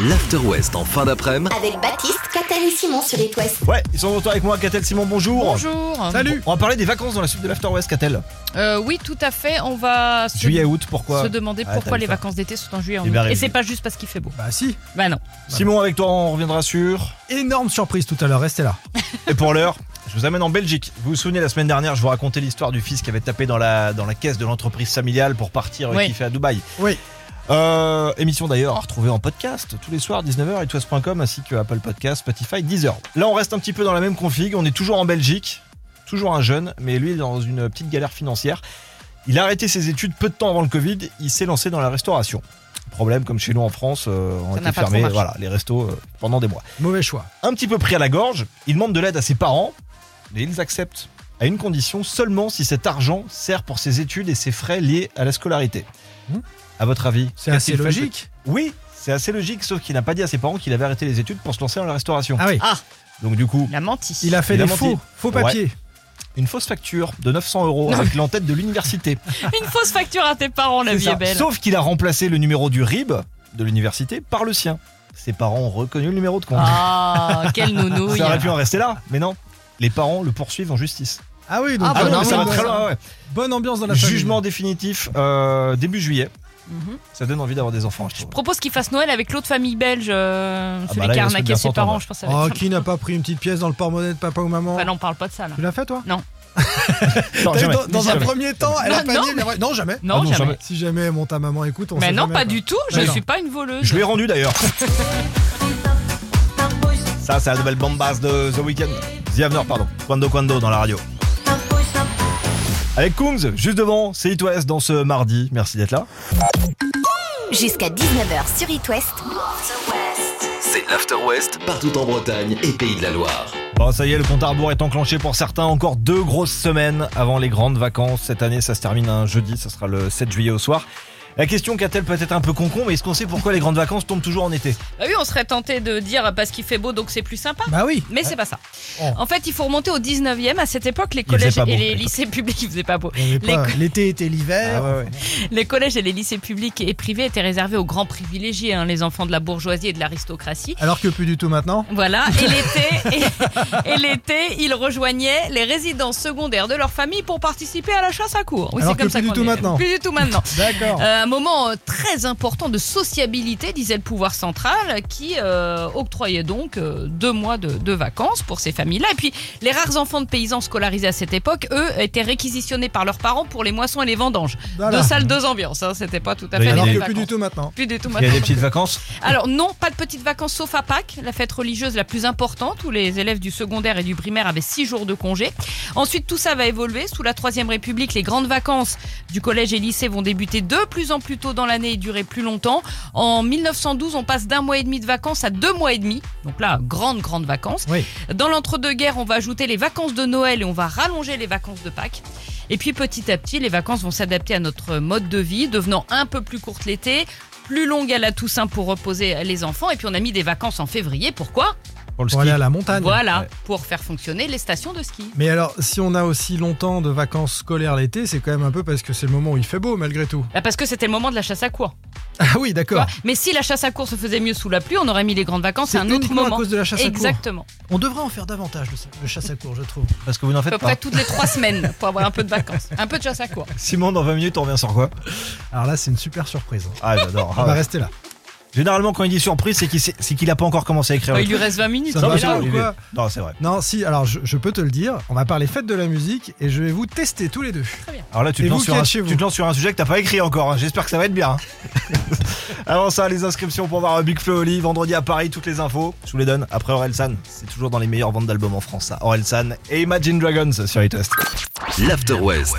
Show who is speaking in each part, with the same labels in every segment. Speaker 1: l'After West en fin d'après-midi.
Speaker 2: Avec Baptiste, Catel et Simon sur It West.
Speaker 3: Ouais, ils sont de retour avec moi, Catel Simon, bonjour.
Speaker 4: Bonjour.
Speaker 3: On va parler des vacances dans la suite de l'After West, Catel.
Speaker 4: Euh, oui, tout à fait. On va se,
Speaker 3: Juillet, août, pourquoi
Speaker 4: se demander
Speaker 3: Ah,
Speaker 4: pourquoi
Speaker 3: t'as
Speaker 4: les
Speaker 3: vu ça.
Speaker 4: vacances d'été sont en juillet en
Speaker 3: Eh ben,
Speaker 4: août. Et
Speaker 3: raison.
Speaker 4: c'est pas juste parce qu'il fait beau.
Speaker 5: Bah si,
Speaker 4: Bah non.
Speaker 3: Simon, avec toi, on reviendra sur.
Speaker 5: énorme surprise tout à l'heure, restez là.
Speaker 3: Et pour l'heure, je vous amène en Belgique. Vous vous souvenez, la semaine dernière, je vous racontais l'histoire du fils qui avait tapé dans la, dans la caisse de l'entreprise familiale pour partir
Speaker 4: Oui.
Speaker 3: et qui fait à Dubaï.
Speaker 5: Oui.
Speaker 3: Euh, émission d'ailleurs à retrouver en podcast tous les soirs 19h itwest.com ainsi que Apple Podcast, Spotify, Deezer. Là on reste un petit peu dans la même config, on est toujours en Belgique, toujours un jeune, mais lui il est dans une petite galère financière. Il a arrêté ses études peu de temps avant le Covid, il s'est lancé dans la restauration. Problème comme chez nous en France, euh, on
Speaker 4: Ça
Speaker 3: était
Speaker 4: n'a pas trop
Speaker 3: fermés,
Speaker 4: marché.
Speaker 3: voilà, les restos euh, pendant des mois
Speaker 5: Mauvais choix.
Speaker 3: un petit peu pris à la gorge, il demande de l'aide à ses parents, mais ils acceptent. À une condition, seulement si cet argent sert pour ses études et ses frais liés à la scolarité.
Speaker 5: Hmm.
Speaker 3: À votre avis
Speaker 5: C'est
Speaker 3: qu'a-t-il
Speaker 5: assez
Speaker 3: fait
Speaker 5: logique.
Speaker 3: Oui, c'est assez logique, sauf qu'il n'a pas dit à ses parents qu'il avait arrêté les études pour se lancer dans la restauration.
Speaker 5: Ah oui,
Speaker 4: Ah,
Speaker 3: Donc du coup,
Speaker 4: il a menti.
Speaker 5: il a fait
Speaker 3: il a
Speaker 5: des
Speaker 3: menti.
Speaker 5: faux, faux papiers.
Speaker 3: une fausse facture de 900 euros avec l'entête de l'université.
Speaker 4: Une fausse facture à tes parents, la
Speaker 3: C'est
Speaker 4: vie
Speaker 3: ça.
Speaker 4: est belle.
Speaker 3: Sauf qu'il a remplacé le numéro du RIB de l'université par le sien. Ses parents ont reconnu le numéro de compte.
Speaker 4: Ah, quelle nounouille.
Speaker 3: Ça aurait pu en rester là, mais non. Les parents le poursuivent en justice.
Speaker 5: Ah oui, donc
Speaker 4: Ah, bah,
Speaker 3: non, mais ça va
Speaker 4: normalement,
Speaker 5: bonne,
Speaker 3: très loin, ouais.
Speaker 5: bonne ambiance dans la famille.
Speaker 3: Jugement définitif euh, début juillet.
Speaker 4: Mhm.
Speaker 3: Ça donne envie d'avoir des enfants, je trouve.
Speaker 4: Je propose qu'il fasse Noël avec l'autre famille belge, euh,
Speaker 3: Ah
Speaker 4: celui
Speaker 3: bah là,
Speaker 4: qui
Speaker 3: il
Speaker 4: a
Speaker 3: risque de bien
Speaker 4: arnaqué ses
Speaker 3: s'entendre.
Speaker 4: parents, je pense. que ça va
Speaker 5: Oh,
Speaker 4: être
Speaker 5: qui n'a pas pris une petite pièce dans le porte-monnaie de papa ou maman
Speaker 4: Enfin, là, on parle pas de ça, là.
Speaker 5: Tu l'as fait toi
Speaker 3: Non,
Speaker 5: T'as vu,
Speaker 3: jamais,
Speaker 5: Dans, dans un
Speaker 3: jamais.
Speaker 5: premier temps, elle a
Speaker 4: Non,
Speaker 5: pas
Speaker 4: non,
Speaker 5: nié, mais- Non, jamais.
Speaker 4: Non,
Speaker 3: Ah non,
Speaker 4: jamais.
Speaker 3: jamais.
Speaker 5: Si jamais mon ta maman écoute, on
Speaker 4: Mais
Speaker 5: sait
Speaker 4: non,
Speaker 5: jamais,
Speaker 4: pas
Speaker 5: quoi.
Speaker 4: du tout. Je ne
Speaker 5: D'accord.
Speaker 4: suis pas une voleuse.
Speaker 3: Je l'ai rendu d'ailleurs. Ça, c'est la nouvelle bombasse de The Weeknd. The Avenger, pardon. Quando Quando dans la radio. Avec Kungs, juste devant, c'est It West dans ce mardi. Merci d'être là.
Speaker 2: Jusqu'à 19h sur It West.
Speaker 1: C'est l'After West partout en Bretagne et Pays de la Loire.
Speaker 3: Bon, ça y est, le compte à rebours est enclenché pour certains. Encore deux grosses semaines avant les grandes vacances. Cette année, ça se termine un jeudi, ça sera le 7 juillet au soir. La question qu'a-t-elle peut-être un peu concon, mais est-ce qu'on sait pourquoi les grandes vacances tombent toujours en été
Speaker 4: Ah oui, on serait tenté de dire parce qu'il fait beau, donc c'est plus sympa.
Speaker 5: Bah oui.
Speaker 3: Ah.
Speaker 4: Mais c'est pas ça.
Speaker 5: Oh.
Speaker 4: En fait, il faut remonter au 19e. À cette époque, les
Speaker 3: faisait
Speaker 4: collèges
Speaker 3: pas beau,
Speaker 4: et les
Speaker 3: d'accord.
Speaker 4: lycées publics, il faisait pas beau.
Speaker 5: Il y avait
Speaker 4: Les
Speaker 5: pas-
Speaker 4: cou-
Speaker 5: L'été était l'hiver.
Speaker 4: Les collèges et les lycées publics et privés étaient réservés aux grands privilégiés, hein, les enfants de la bourgeoisie et de l'aristocratie.
Speaker 5: Alors que plus du tout maintenant.
Speaker 4: Voilà, et l'été, et, et l'été, ils rejoignaient les résidences secondaires de leur famille pour participer à la chasse à cours.
Speaker 5: Alors que plus du
Speaker 4: qu'on
Speaker 5: tout
Speaker 4: dit.
Speaker 5: maintenant.
Speaker 4: Plus du tout maintenant.
Speaker 5: D'accord.
Speaker 4: Euh, un moment euh, très important de sociabilité, disait le pouvoir central, qui euh, octroyait donc euh, deux mois de, de vacances pour ces familles-là. Et puis, les rares enfants de paysans scolarisés à cette époque, eux, étaient réquisitionnés par leurs parents pour les moissons et les vendanges.
Speaker 5: Voilà.
Speaker 4: Deux salles, deux ambiances. hein, C'était pas tout à
Speaker 3: Il y
Speaker 4: fait
Speaker 3: a
Speaker 4: les
Speaker 5: Alors
Speaker 4: mêmes
Speaker 5: que plus
Speaker 4: vacances.
Speaker 5: du tout maintenant.
Speaker 4: Plus du tout
Speaker 3: Il y a
Speaker 4: maintenant.
Speaker 3: des petites vacances
Speaker 4: Alors non, pas de petites vacances sauf à Pâques, la fête religieuse la plus importante où les élèves du secondaire et du primaire avaient six jours de congé. Ensuite, tout ça va évoluer. Sous la Troisième République, les grandes vacances du collège et lycée vont débuter de plus en plus tôt dans l'année et durer plus longtemps. En 1912, on passe d'un mois et demi de vacances à deux mois et demi. Donc là, grande, grande vacances.
Speaker 5: Oui.
Speaker 4: Dans l'entre-deux-guerres, on va ajouter les vacances de Noël et on va rallonger les vacances de Pâques. Et puis petit à petit, les vacances vont s'adapter à notre mode de vie, devenant un peu plus courtes l'été, plus longues à la Toussaint pour reposer les enfants. Et puis on a mis des vacances en février. Pourquoi
Speaker 3: pour le
Speaker 5: Pour
Speaker 3: ski.
Speaker 5: aller à la montagne.
Speaker 4: Voilà,
Speaker 3: ouais.
Speaker 4: pour faire fonctionner les stations de ski.
Speaker 5: Mais alors, si on a aussi longtemps de vacances scolaires l'été, c'est quand même un peu parce que c'est le moment où il fait beau malgré tout.
Speaker 4: Bah, parce que c'était le moment de la chasse à cours.
Speaker 5: Ah oui,
Speaker 4: tu vois.
Speaker 5: d'accord.
Speaker 4: Mais si la chasse à cours se faisait mieux sous la pluie, on aurait mis les grandes vacances
Speaker 5: C'est
Speaker 4: à un autre
Speaker 5: uniquement
Speaker 4: moment.
Speaker 5: à cause de la chasse à cours.
Speaker 4: Exactement.
Speaker 5: On devrait en faire davantage de, de chasse à cours, je trouve.
Speaker 3: Parce que vous n'en
Speaker 4: À peu
Speaker 3: faites pas.
Speaker 4: près toutes les trois semaines pour avoir un peu de vacances. Un peu de chasse à cours.
Speaker 3: Simon, dans 20 minutes, on revient sur quoi
Speaker 5: Alors là, c'est une super surprise. hein.
Speaker 3: Ah, j'adore.
Speaker 5: On va rester là.
Speaker 3: Généralement, quand il dit surprise, c'est qu'il sait- c'est qu'il a pas encore commencé à écrire.
Speaker 4: Bah,
Speaker 3: le
Speaker 4: il lui reste 20 minutes.
Speaker 5: Ça
Speaker 3: truc.
Speaker 5: va
Speaker 3: mais
Speaker 5: pas
Speaker 3: non,
Speaker 5: ou
Speaker 3: il est-
Speaker 5: quoi
Speaker 3: Non, c'est vrai.
Speaker 5: Non, si, alors je, je peux te le dire, on va parler fête de la musique et je vais vous tester tous les deux.
Speaker 3: Alors là, tu
Speaker 5: Et
Speaker 3: te, lances
Speaker 5: vous,
Speaker 3: sur
Speaker 5: qui
Speaker 3: un,
Speaker 5: êtes chez
Speaker 3: tu
Speaker 5: vous
Speaker 3: te lances sur un sujet que t'as pas écrit encore. hein. J'espère que ça va être bien. hein. Avant ça, les inscriptions pour voir Big Flo et Oli vendredi à Paris. Toutes les infos, je vous les donne. Après Orelsan, c'est toujours dans les meilleures ventes d'albums en France. ça. Orelsan et Imagine Dragons sur It
Speaker 5: Ah,
Speaker 3: West.
Speaker 1: L'After West.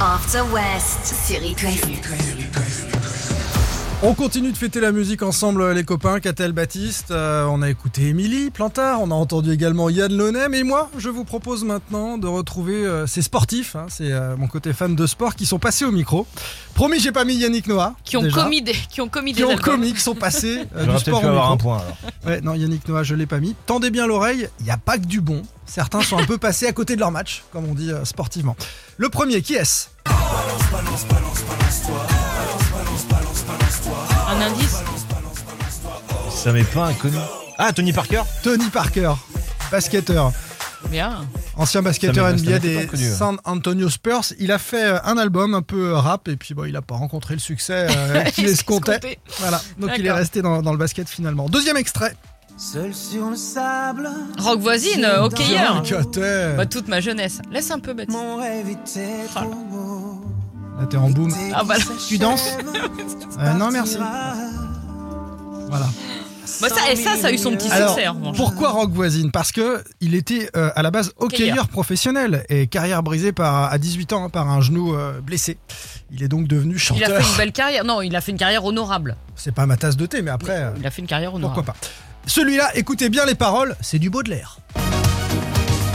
Speaker 2: After West sur It West.
Speaker 5: On continue de fêter la musique ensemble, les copains. Catel Baptiste, euh, on a écouté Émilie, Plantard, on a entendu également Yann Lonem. Et moi, je vous propose maintenant de retrouver euh, ces sportifs, hein, c'est euh, mon côté fan de sport, qui sont passés au micro. Promis, j'ai pas mis Yannick Noah.
Speaker 4: Qui ont,
Speaker 5: déjà.
Speaker 4: commis des, qui ont commis
Speaker 5: Qui
Speaker 4: des
Speaker 5: ont
Speaker 4: albums.
Speaker 5: commis, qui sont passés euh,
Speaker 3: J'aurais
Speaker 5: du
Speaker 3: peut-être
Speaker 5: sport
Speaker 3: pu
Speaker 5: au
Speaker 3: avoir
Speaker 5: micro.
Speaker 3: un point. alors.
Speaker 5: Ouais, non, Yannick Noah, je l'ai pas mis. Tendez bien l'oreille, il n'y a pas que du bon. Certains sont un peu passés à côté de leur match, comme on dit euh, sportivement. Le premier, qui est-ce
Speaker 4: Un indice
Speaker 3: Ça m'est pas inconnu. Ah, Tony Parker
Speaker 5: Tony Parker, basketteur,
Speaker 4: Bien.
Speaker 5: ancien basketteur
Speaker 3: Ça m'est- ça
Speaker 5: NBA
Speaker 3: m'était pas hein.
Speaker 5: des
Speaker 3: inconnu, ouais.
Speaker 5: San Antonio Spurs. Il a fait euh, un album un peu rap et puis bon, il n'a pas rencontré le succès euh, qu'il escomptait. Voilà, donc il est
Speaker 4: D'accord.
Speaker 5: resté dans, dans le basket finalement. Deuxième extrait.
Speaker 6: Seul sur le sable,
Speaker 4: Rock voisine, euh, hockeyeur.
Speaker 5: Jean-Luc Hotel.
Speaker 4: Bah, toute ma jeunesse. Laisse un peu, Baptiste.
Speaker 6: mon rêve était
Speaker 4: Oh là.
Speaker 6: trop beau.
Speaker 5: Là, t'es en boom.
Speaker 6: Dès
Speaker 4: Ah,
Speaker 6: qu'il
Speaker 4: voilà.
Speaker 6: s'achève,
Speaker 5: Tu danses Euh, Non, merci.
Speaker 6: partira.
Speaker 5: Voilà.
Speaker 4: Bah, ça, et ça, ça a eu son petit
Speaker 5: Alors,
Speaker 4: succès, en revanche.
Speaker 5: Pourquoi Rock Voisine Parce que il était euh, à la base hockeyeur
Speaker 4: Hockeyeur.
Speaker 5: professionnel et carrière brisée par, à 18 ans hein, par un genou euh, blessé. Il est donc devenu
Speaker 4: Il a
Speaker 5: chanteur.
Speaker 4: fait une belle carrière. Non, il a fait une carrière honorable.
Speaker 5: C'est pas ma tasse de thé, mais après, euh,
Speaker 4: Il a fait une carrière
Speaker 5: pourquoi
Speaker 4: honorable.
Speaker 5: pas. Celui-là, écoutez bien les paroles, c'est du Baudelaire.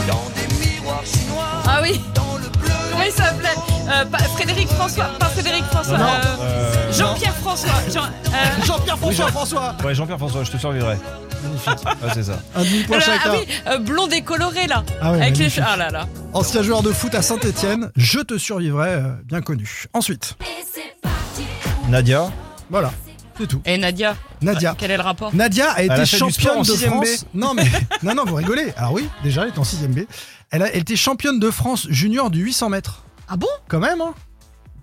Speaker 1: Dans des miroirs chinois,
Speaker 4: Ah oui.
Speaker 1: dans le bleu.
Speaker 4: Comment il s'appelait Euh, pas- Frédéric François. Pas Frédéric François.
Speaker 5: Non, non.
Speaker 4: euh,
Speaker 3: Euh,
Speaker 4: Jean-Pierre François. Jean- euh,
Speaker 5: Jean-Pierre François,
Speaker 3: Oui, Jean-
Speaker 5: François
Speaker 3: Ouais, Jean-Pierre François, je te survivrai. Magnifique. Ah, c'est ça.
Speaker 5: Un demi-point
Speaker 4: alors, ah
Speaker 5: chacun.
Speaker 4: oui, euh, blond décoloré là.
Speaker 5: Ah ouais,
Speaker 4: avec les
Speaker 5: magnifique.
Speaker 4: cheveux. Ah là là.
Speaker 5: Ancien joueur de foot à Saint-Etienne, Je te survivrai, euh, bien connu. Ensuite,
Speaker 3: Nadia.
Speaker 5: voilà, c'est tout.
Speaker 4: Et Nadia.
Speaker 5: Nadia.
Speaker 4: Euh, Quel est le rapport
Speaker 5: Nadia a été
Speaker 3: a fait du sport
Speaker 5: championne
Speaker 3: en
Speaker 5: de
Speaker 3: 6e B.
Speaker 5: France. Non, mais non, non, vous rigolez. Alors oui, déjà, elle est en 6ème B. Elle a elle était championne de France junior du 800 mètres.
Speaker 4: Ah bon
Speaker 5: Quand même, hein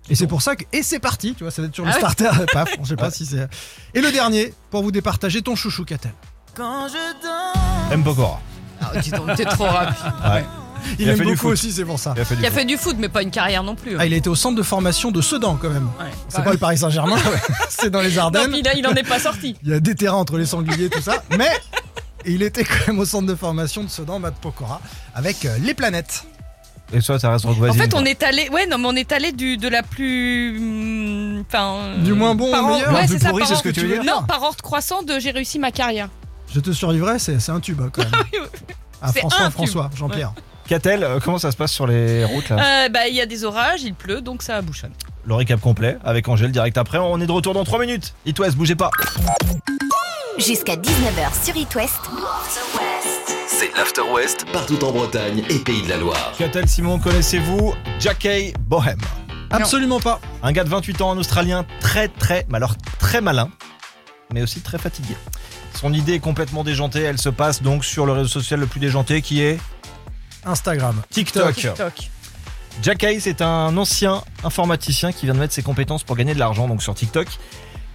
Speaker 5: Et c'est pour ça que. Et c'est parti, tu vois, ça va être sur le
Speaker 4: Ah ouais.
Speaker 5: starter. Paf, on sait pas si c'est. Et le dernier, pour vous départager, ton chouchou Catel.
Speaker 6: Quand je danse,
Speaker 3: M. Pokora.
Speaker 4: Ah, dis donc, t'es trop rapide.
Speaker 3: Ouais.
Speaker 5: Il,
Speaker 3: Il a
Speaker 5: aime
Speaker 3: fait du
Speaker 5: beaucoup
Speaker 3: foot.
Speaker 5: aussi, c'est pour ça.
Speaker 3: Il a fait du
Speaker 4: Il a
Speaker 3: foot.
Speaker 4: fait du foot, mais pas une carrière non plus. hein.
Speaker 5: Ah, il a été au centre de formation de Sedan quand même.
Speaker 4: Ouais.
Speaker 5: C'est pas le Paris Saint-Germain, c'est dans les
Speaker 4: Non,
Speaker 5: Ardennes.
Speaker 4: puis il, a- il en est pas sorti.
Speaker 5: Il y a des terrains entre les sangliers, tout ça. Mais il était quand même au centre de formation de Sedan, Matt Pokora, avec euh, les planètes.
Speaker 3: Et toi, ça reste Rock
Speaker 4: En
Speaker 3: Voisine.
Speaker 4: fait, on est allé, ouais, non, mais on est allé du de la plus, hum, enfin,
Speaker 5: Du moins bon au
Speaker 4: par ordre-
Speaker 5: meilleur.
Speaker 4: ouais,
Speaker 3: Un peu
Speaker 4: c'est ça,
Speaker 3: pourri,
Speaker 4: par
Speaker 3: c'est ce
Speaker 4: ordre-
Speaker 3: que tu veux dire
Speaker 4: Non, par ordre croissant de j'ai réussi ma carrière.
Speaker 5: Je te survivrai, c'est c'est un tube hein, quand même. Ah,
Speaker 4: C'est
Speaker 5: François,
Speaker 4: un tube.
Speaker 5: François, Jean-Pierre.
Speaker 3: Catel, euh, comment ça se passe sur les routes là
Speaker 4: Euh, bah, il y a des orages, il pleut, donc ça bouchonne.
Speaker 3: Le récap complet avec Angèle direct après. On est de retour dans 3 minutes. It West, bougez pas.
Speaker 2: Jusqu'à 19h sur It West.
Speaker 1: C'est l'After West partout en Bretagne et Pays de la Loire.
Speaker 3: Catel, Simon, connaissez-vous Jackie Bohem
Speaker 5: Absolument pas.
Speaker 3: Un gars de 28 ans, un Australien, très très, mais alors très malin, mais aussi très fatigué. Son idée est complètement déjantée, elle se passe donc sur le réseau social le plus déjanté qui est
Speaker 5: Instagram.
Speaker 3: TikTok.
Speaker 4: TikTok.
Speaker 3: Jack Hayes est un ancien informaticien qui vient de mettre ses compétences pour gagner de l'argent donc sur TikTok.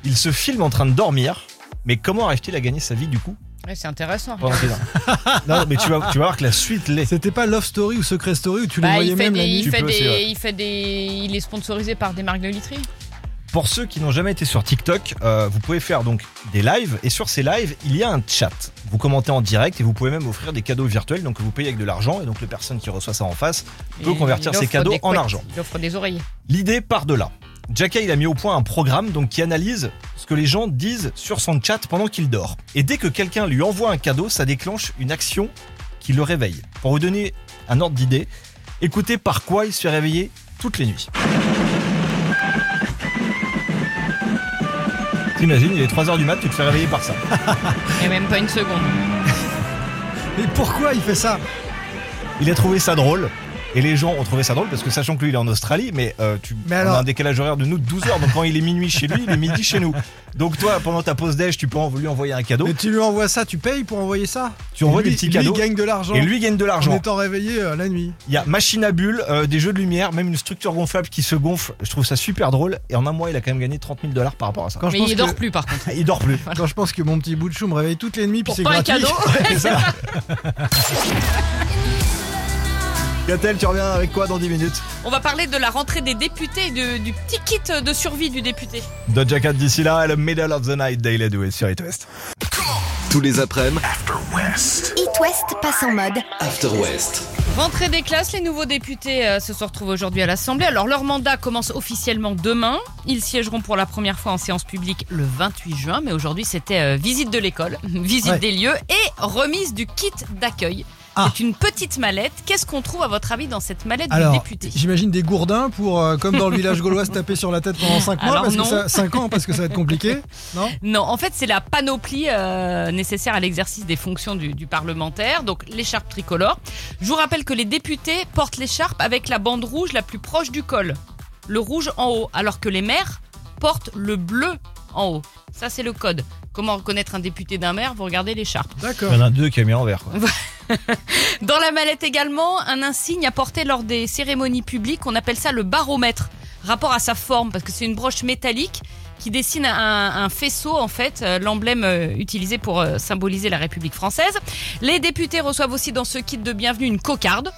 Speaker 3: Il se filme en train de dormir, mais comment arrive-t-il à gagner sa vie du coup
Speaker 4: Ouais, c'est intéressant.
Speaker 3: pendant qu'il dort Non, mais tu vas, tu vas voir que la suite l'est.
Speaker 5: C'était pas Love Story ou Secret Story où tu les
Speaker 4: Bah,
Speaker 5: voyais
Speaker 4: il fait
Speaker 5: même la
Speaker 4: des,
Speaker 5: nuit
Speaker 3: Tu
Speaker 4: il fait
Speaker 3: peux,
Speaker 4: des,
Speaker 3: c'est vrai.
Speaker 4: il fait des, il est sponsorisé par des marques de literie.
Speaker 3: Pour ceux qui n'ont jamais été sur TikTok, euh, vous pouvez faire donc des lives et sur ces lives, il y a un chat. Vous commentez en direct et vous pouvez même offrir des cadeaux virtuels, donc vous payez avec de l'argent et donc la personne qui reçoit ça en face peut
Speaker 4: Et
Speaker 3: convertir
Speaker 4: il
Speaker 3: ses
Speaker 4: offre
Speaker 3: cadeaux
Speaker 4: des
Speaker 3: en
Speaker 4: couettes,
Speaker 3: argent.
Speaker 4: Il offre des oreillers.
Speaker 3: L'idée part de là. Jacka, il a mis au point un programme donc qui analyse ce que les gens disent sur son chat pendant qu'il dort. Et dès que quelqu'un lui envoie un cadeau, ça déclenche une action qui le réveille. Pour vous donner un ordre d'idée, écoutez par quoi il se fait réveiller toutes les nuits. T'imagines, il est 3h du mat, tu te fais réveiller par ça.
Speaker 4: Et même pas une seconde.
Speaker 5: Mais pourquoi il fait ça
Speaker 3: Il a trouvé ça drôle. Et les gens ont trouvé ça drôle parce que sachant que lui il est en Australie, mais, euh, tu,
Speaker 5: Mais
Speaker 3: on
Speaker 5: alors-
Speaker 3: a un décalage horaire de nous de 12 heures. Donc quand il est minuit chez lui, il est midi chez nous. Donc toi, pendant ta pause déj, tu peux en- lui envoyer un cadeau.
Speaker 5: Mais tu lui envoies ça, tu payes pour envoyer ça
Speaker 3: Tu envoies
Speaker 5: Et lui-
Speaker 3: des petits
Speaker 5: lui
Speaker 3: cadeaux.
Speaker 5: gagne de l'argent.
Speaker 3: Et lui gagne de
Speaker 5: en
Speaker 3: l'argent.
Speaker 5: étant réveillé euh, la nuit.
Speaker 3: Il y a machine à bulles, euh, des jeux de lumière, même une structure gonflable qui se gonfle. Je trouve ça super drôle. Et en un mois, il a quand même gagné 30 000 dollars par rapport à ça.
Speaker 5: Quand je,
Speaker 4: Mais
Speaker 5: pense
Speaker 4: il dort
Speaker 5: que,
Speaker 4: plus par contre.
Speaker 3: Il dort plus.
Speaker 5: quand je pense que mon petit bout de chou me réveille toutes les nuits, puis
Speaker 4: Pour
Speaker 5: c'est
Speaker 4: pas un
Speaker 5: gratuit.
Speaker 4: cadeau.
Speaker 3: C'est ça. Gatel, tu reviens avec quoi dans 10 minutes
Speaker 4: On va parler de la rentrée des députés, et de- du petit kit de survie du député.
Speaker 3: Doja Cat d'ici là, et le Middle of the Night Daily Do It sur It West.
Speaker 1: Tous les après-midi,
Speaker 2: It West passe en mode
Speaker 1: After West.
Speaker 4: Rentrée des classes, les nouveaux députés euh, se sont retrouvés aujourd'hui à l'Assemblée. Alors leur mandat commence officiellement demain. Ils siégeront pour la première fois en séance publique le 28 juin, mais aujourd'hui c'était euh, visite de l'école, visite
Speaker 5: Ouais.
Speaker 4: des lieux et remise du kit d'accueil.
Speaker 5: Ah.
Speaker 4: C'est une petite mallette. Qu'est-ce qu'on trouve à votre avis dans cette mallette du
Speaker 5: Alors,
Speaker 4: député
Speaker 5: j'imagine des gourdins pour, euh, comme dans le village gaulois, se taper sur la tête pendant 5 mois,
Speaker 4: Alors
Speaker 5: parce que
Speaker 4: non.
Speaker 5: ça, 5 ans, parce que ça va être compliqué. Non
Speaker 4: Non, en fait, c'est la panoplie euh, nécessaire à l'exercice des fonctions du, du parlementaire, donc l'écharpe tricolore. Je vous rappelle que les députés portent l'écharpe avec la bande rouge la plus proche du col, le rouge en haut, alors que les maires portent le bleu en haut. Ça, c'est le code. Comment reconnaître un député d'un maire Vous regardez l'écharpe.
Speaker 5: D'accord.
Speaker 3: Il y en a deux qui a mis en vert. Quoi.
Speaker 4: Dans la mallette également, un insigne apporté lors des cérémonies publiques, on appelle ça le baromètre, rapport à sa forme, parce que c'est une broche métallique qui dessine un, un faisceau, en fait, euh, l'emblème euh, utilisé pour euh, symboliser la République française. Les députés reçoivent aussi dans ce kit de bienvenue une cocarde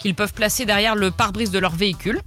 Speaker 4: qu'ils peuvent placer derrière le pare-brise de leur véhicule.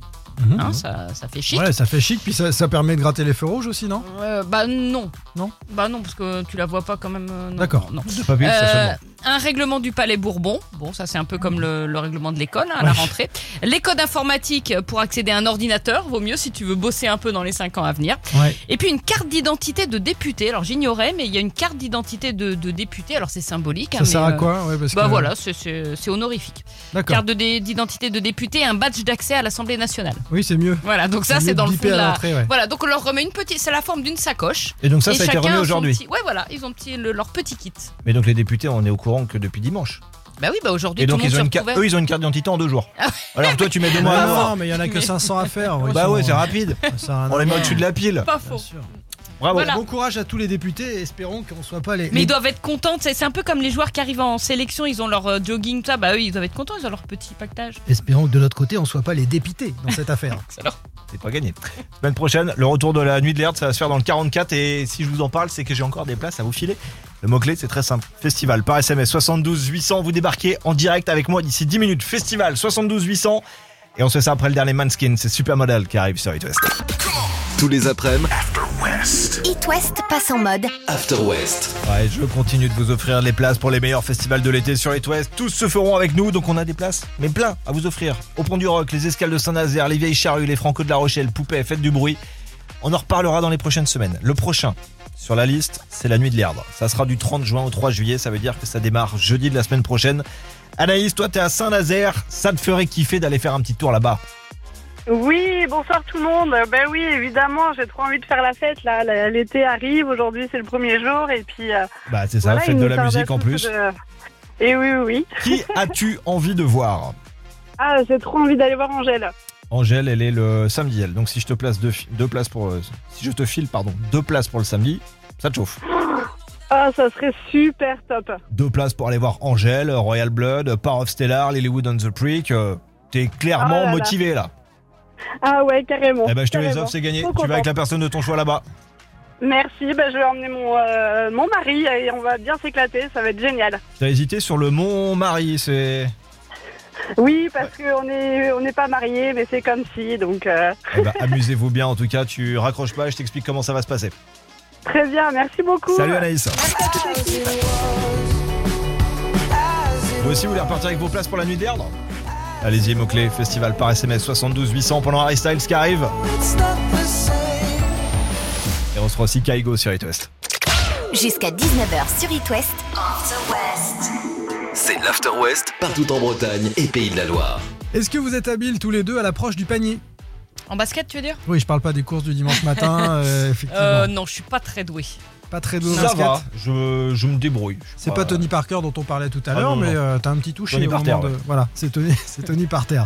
Speaker 5: Mhm.
Speaker 4: Hein, ça, ça fait chic.
Speaker 5: Ouais, ça fait chic, puis ça, ça permet de gratter les feux rouges aussi, non
Speaker 4: Euh, bah non.
Speaker 5: Non
Speaker 4: Bah non, parce que tu la vois pas quand même. euh, non,
Speaker 5: D'accord.
Speaker 4: non.
Speaker 3: C'est pas vu, ça
Speaker 4: Euh,
Speaker 3: seulement.
Speaker 4: un règlement du Palais Bourbon. Bon, ça c'est un peu comme le, le règlement de l'école hein, à la
Speaker 3: Ouais.
Speaker 4: rentrée. Les codes informatiques pour accéder à un ordinateur, vaut mieux si tu veux bosser un peu dans les 5 ans à venir.
Speaker 5: Ouais.
Speaker 4: Et puis une carte d'identité de député. Alors j'ignorais, mais il y a une carte d'identité de, de député. Alors c'est symbolique. hein,
Speaker 5: Ça
Speaker 4: mais,
Speaker 5: sert à
Speaker 4: euh,
Speaker 5: quoi ouais, parce
Speaker 4: Bah
Speaker 5: que-
Speaker 4: voilà, c'est- c'est c'est honorifique.
Speaker 5: D'accord.
Speaker 4: Carte de dé- d'identité de député, et un badge d'accès à l'Assemblée nationale.
Speaker 5: Oui, c'est mieux.
Speaker 4: Voilà, donc ça
Speaker 5: mieux
Speaker 4: c'est
Speaker 5: de
Speaker 4: dans le fond
Speaker 5: biper
Speaker 4: de
Speaker 5: à
Speaker 4: la.
Speaker 5: l'entrée, ouais.
Speaker 4: Voilà, donc on leur remet une petite. C'est la forme d'une sacoche.
Speaker 3: Et donc ça,
Speaker 4: et
Speaker 3: ça a été
Speaker 4: chacun
Speaker 3: remis
Speaker 4: a son
Speaker 3: aujourd'hui.
Speaker 4: petit- Ouais, voilà, ils ont petit, le- leur petit kit.
Speaker 3: Mais donc les députés, on est au courant que depuis dimanche.
Speaker 4: Bah oui, bah aujourd'hui
Speaker 3: Et
Speaker 4: tout
Speaker 3: donc
Speaker 4: le monde
Speaker 3: ils
Speaker 4: se
Speaker 3: ont une carte,
Speaker 4: retrouvait. Ah
Speaker 3: eux, ils ont une carte d'identité en deux jours. Alors toi, tu mets deux mois à
Speaker 5: non,
Speaker 3: avoir.
Speaker 5: mais il y en a que
Speaker 4: Mais-
Speaker 5: 500 à faire. oui,
Speaker 3: Bah
Speaker 5: sinon,
Speaker 3: ouais, c'est
Speaker 5: euh,
Speaker 3: rapide.
Speaker 5: ça a un
Speaker 3: On les met
Speaker 5: an.
Speaker 3: au-dessus de la pile.
Speaker 4: Pas
Speaker 5: Bien
Speaker 4: faux.
Speaker 5: sûr.
Speaker 3: Bravo.
Speaker 4: Voilà.
Speaker 5: Bon courage à tous les députés, espérons qu'on soit pas les.
Speaker 4: Mais ils doivent être contents, tu sais, c'est un peu comme les joueurs qui arrivent en sélection, ils ont leur euh, jogging, tout ça, bah eux ils doivent être contents, ils ont leur petit pactage.
Speaker 5: Espérons que de l'autre côté, on soit pas les députés dans cette affaire.
Speaker 3: C'est pas gagné. Semaine prochaine, le retour de la nuit de l'herbe, ça va se faire dans le 44. Et si je vous en parle, c'est que j'ai encore des places à vous filer. Le mot-clé, c'est très simple. Festival par SMS 72 800. Vous débarquez en direct avec moi d'ici 10 minutes. Festival 72 800. Et on se fait ça après le dernier Manskin. C'est Supermodel qui arrive sur It West.
Speaker 1: Tous les après-midi,
Speaker 2: It West passe en mode.
Speaker 1: After West.
Speaker 3: Ouais, je continue de vous offrir les places pour les meilleurs festivals de l'été sur les West. Tous se feront avec nous, donc on a des places, mais plein à vous offrir. Au Pont du Rock, les Escales de Saint-Nazaire, les Vieilles Charrues, les Franco de la Rochelle, Poupée, Fête du Bruit. On en reparlera dans les prochaines semaines. Le prochain sur la liste, c'est la Nuit de l'Erdre. Ça sera du 30 juin au 3 juillet, ça veut dire que ça démarre jeudi de la semaine prochaine. Anaïs, toi t'es à Saint-Nazaire, ça te ferait kiffer d'aller faire un petit tour là-bas.
Speaker 7: Oui, bonsoir tout le monde. Ben oui, évidemment, j'ai trop envie de faire la fête là. La- L'été arrive, aujourd'hui c'est le premier jour et puis euh,
Speaker 3: Bah c'est ça,
Speaker 7: voilà,
Speaker 3: fête
Speaker 7: il
Speaker 3: de
Speaker 7: nous
Speaker 3: la
Speaker 7: tarde à
Speaker 3: musique en
Speaker 7: tous
Speaker 3: plus.
Speaker 7: de- Et oui, oui, oui.
Speaker 3: Qui as-tu envie de voir
Speaker 7: Ah, j'ai trop envie d'aller voir Angèle.
Speaker 3: Angèle, elle est le samedi, elle. Donc si je te place deux, fi- deux places pour, euh, si je te file, pardon, deux places pour le samedi, ça te chauffe.
Speaker 7: Ah, ça serait super top.
Speaker 3: Deux places pour aller voir Angèle, euh, Royal Blood, euh, Power of Stellar, Lilywood on the Creek. euh, T'es clairement
Speaker 7: Ah là là.
Speaker 3: motivé là.
Speaker 7: Ah ouais, carrément.
Speaker 3: eh ben je te les
Speaker 7: carrément.
Speaker 3: offre, c'est gagné.
Speaker 7: Trop
Speaker 3: Tu vas avec
Speaker 7: contente.
Speaker 3: la personne de ton choix là-bas.
Speaker 7: Merci. Ben je vais emmener mon euh, mon mari et on va bien s'éclater. Ça va être génial.
Speaker 3: T'as hésité sur le Mont-Marie, c'est.
Speaker 7: Oui, parce qu'on est on n'est pas mariés, mais c'est comme si. Donc euh,
Speaker 3: Eh ben, amusez-vous bien en tout cas. Tu raccroches pas, je t'explique comment ça va se passer.
Speaker 7: très bien. Merci beaucoup.
Speaker 3: Salut Anaïs. Vous aussi, vous voulez repartir avec vos places pour la nuit d'Erdre Allez-y, mots-clés, festival par SMS 72 800 pendant Harry Styles qui arrive. Et on sera aussi Kaigo sur It West.
Speaker 2: Jusqu'à 19h sur It West.
Speaker 1: C'est l'After West partout en Bretagne et Pays de la Loire.
Speaker 5: Est-ce que vous êtes habiles tous les deux à l'approche du panier
Speaker 4: En basket, tu veux dire
Speaker 5: Oui, je parle pas des courses du dimanche matin, euh, effectivement.
Speaker 4: euh, Non, je suis pas très doué.
Speaker 5: Pas très doué au
Speaker 3: Ça
Speaker 5: basket.
Speaker 3: va, je, je me débrouille. Je
Speaker 5: C'est
Speaker 3: crois.
Speaker 5: pas Tony Parker dont on parlait tout à
Speaker 3: Ah
Speaker 5: l'heure,
Speaker 3: non,
Speaker 5: mais
Speaker 3: non.
Speaker 5: euh, t'as un petit toucher
Speaker 3: Tony
Speaker 5: au
Speaker 3: Parter,
Speaker 5: moment de-
Speaker 3: ouais.
Speaker 5: Voilà, c'est Tony, c'est Tony Parter.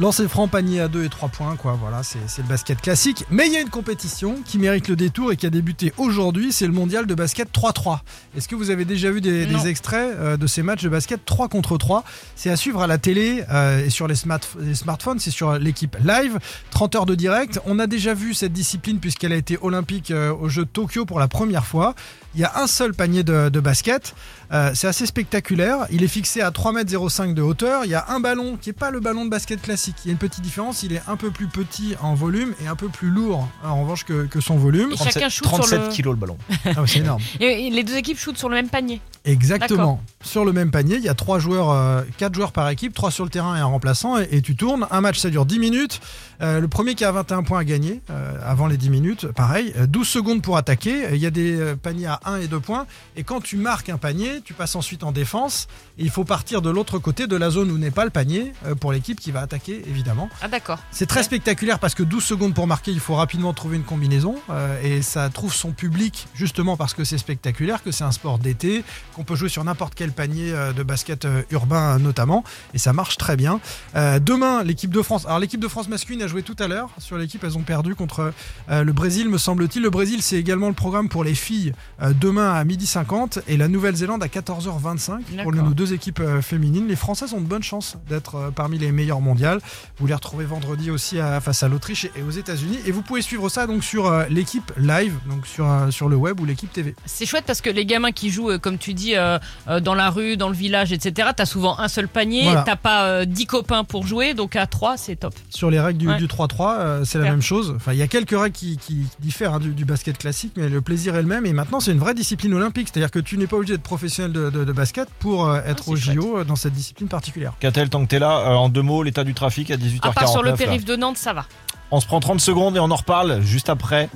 Speaker 5: Lancer franc, panier à 2 et 3 points, quoi. Voilà, c'est c'est le basket classique. Mais il y a une compétition qui mérite le détour et qui a débuté aujourd'hui, c'est le mondial de basket 3-3. Est-ce que vous avez déjà vu des, des
Speaker 4: Non.
Speaker 5: extraits euh, de ces matchs de basket 3 contre 3 C'est à suivre à la télé euh, et sur les, smart- les smartphones, c'est sur l'équipe live. 30 heures de direct. On a déjà vu cette discipline puisqu'elle a été olympique euh, aux Jeux de Tokyo pour la première fois. Il y a un seul panier de, de basket. Euh, c'est assez spectaculaire. Il est fixé à 3,05 m de hauteur. Il y a un ballon qui n'est pas le ballon de basket classique. Il y a une petite différence. Il est un peu plus petit en volume et un peu plus lourd euh, en revanche que, que son volume.
Speaker 4: Et chacun shoot sur
Speaker 3: 37
Speaker 4: le-
Speaker 3: kilos le ballon.
Speaker 5: Ah ouais, c'est énorme.
Speaker 4: Et, et les deux équipes shootent sur le même panier.
Speaker 5: Exactement. Sur le même panier, il y a trois joueurs, euh, quatre joueurs par équipe, trois sur le terrain et un remplaçant, et, et tu tournes. Un match, ça dure 10 minutes. Euh, le premier qui a 21 points à gagner euh, avant les 10 minutes, pareil, euh, 12 secondes pour attaquer. Il y a des euh, paniers à 1 et 2 points. Et quand tu marques un panier, tu passes ensuite en défense. Et il faut partir de l'autre côté de la zone où n'est pas le panier euh, pour l'équipe qui va attaquer, évidemment.
Speaker 4: Ah d'accord.
Speaker 5: C'est très spectaculaire parce que 12 secondes pour marquer, il faut rapidement trouver une combinaison euh, et ça trouve son public justement parce que c'est spectaculaire, que c'est un sport d'été, qu'on peut jouer sur n'importe quel panier euh, de basket euh, urbain euh, notamment et ça marche très bien. Euh, demain, l'équipe de France, alors l'équipe de France masculine, a joué tout à l'heure sur l'équipe. Elles ont perdu contre euh, le Brésil, me semble-t-il. Le Brésil, c'est également le programme pour les filles euh, demain à 12h50 et la Nouvelle-Zélande à 14h25
Speaker 4: D'accord.
Speaker 5: pour nos deux équipes euh, féminines. Les Françaises ont de bonnes chances d'être euh, parmi les meilleures mondiales. Vous les retrouvez vendredi aussi à- face à l'Autriche et- et aux États-Unis. Et vous pouvez suivre ça donc sur euh, l'équipe live, donc sur, euh, sur le web ou l'équipe TV.
Speaker 4: C'est chouette parce que les gamins qui jouent, euh, comme tu dis, euh, euh, dans la rue, dans le village, etc., t'as souvent un seul panier,
Speaker 5: Voilà.
Speaker 4: t'as pas euh, 10 copains pour jouer, donc à 3, c'est top.
Speaker 5: Sur les règles du
Speaker 4: Ouais.
Speaker 5: du 3-3, euh, c'est la
Speaker 4: Super.
Speaker 5: même chose. Enfin, il y a quelques règles qui, qui diffèrent hein, du, du basket classique, mais le plaisir est le même. Et maintenant, c'est une vraie discipline olympique. C'est-à-dire que tu n'es pas obligé d'être professionnel de, de- de basket pour euh, être
Speaker 4: Ah, c'est
Speaker 5: au
Speaker 4: chouette.
Speaker 5: JO euh, dans cette discipline particulière.
Speaker 3: Catel, tant que t'es là, euh, en deux mots, l'état du trafic à 18h49.
Speaker 4: À part sur le
Speaker 3: là.
Speaker 4: périph' de Nantes, ça va.
Speaker 3: On se prend 30 secondes et on en reparle juste après.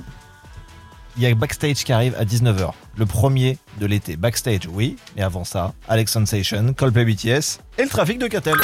Speaker 3: Il y a Backstage qui arrive à 19h, le premier de l'été. Backstage, oui, mais avant ça, Alex Sensation, Coldplay BTS et le trafic de Catel.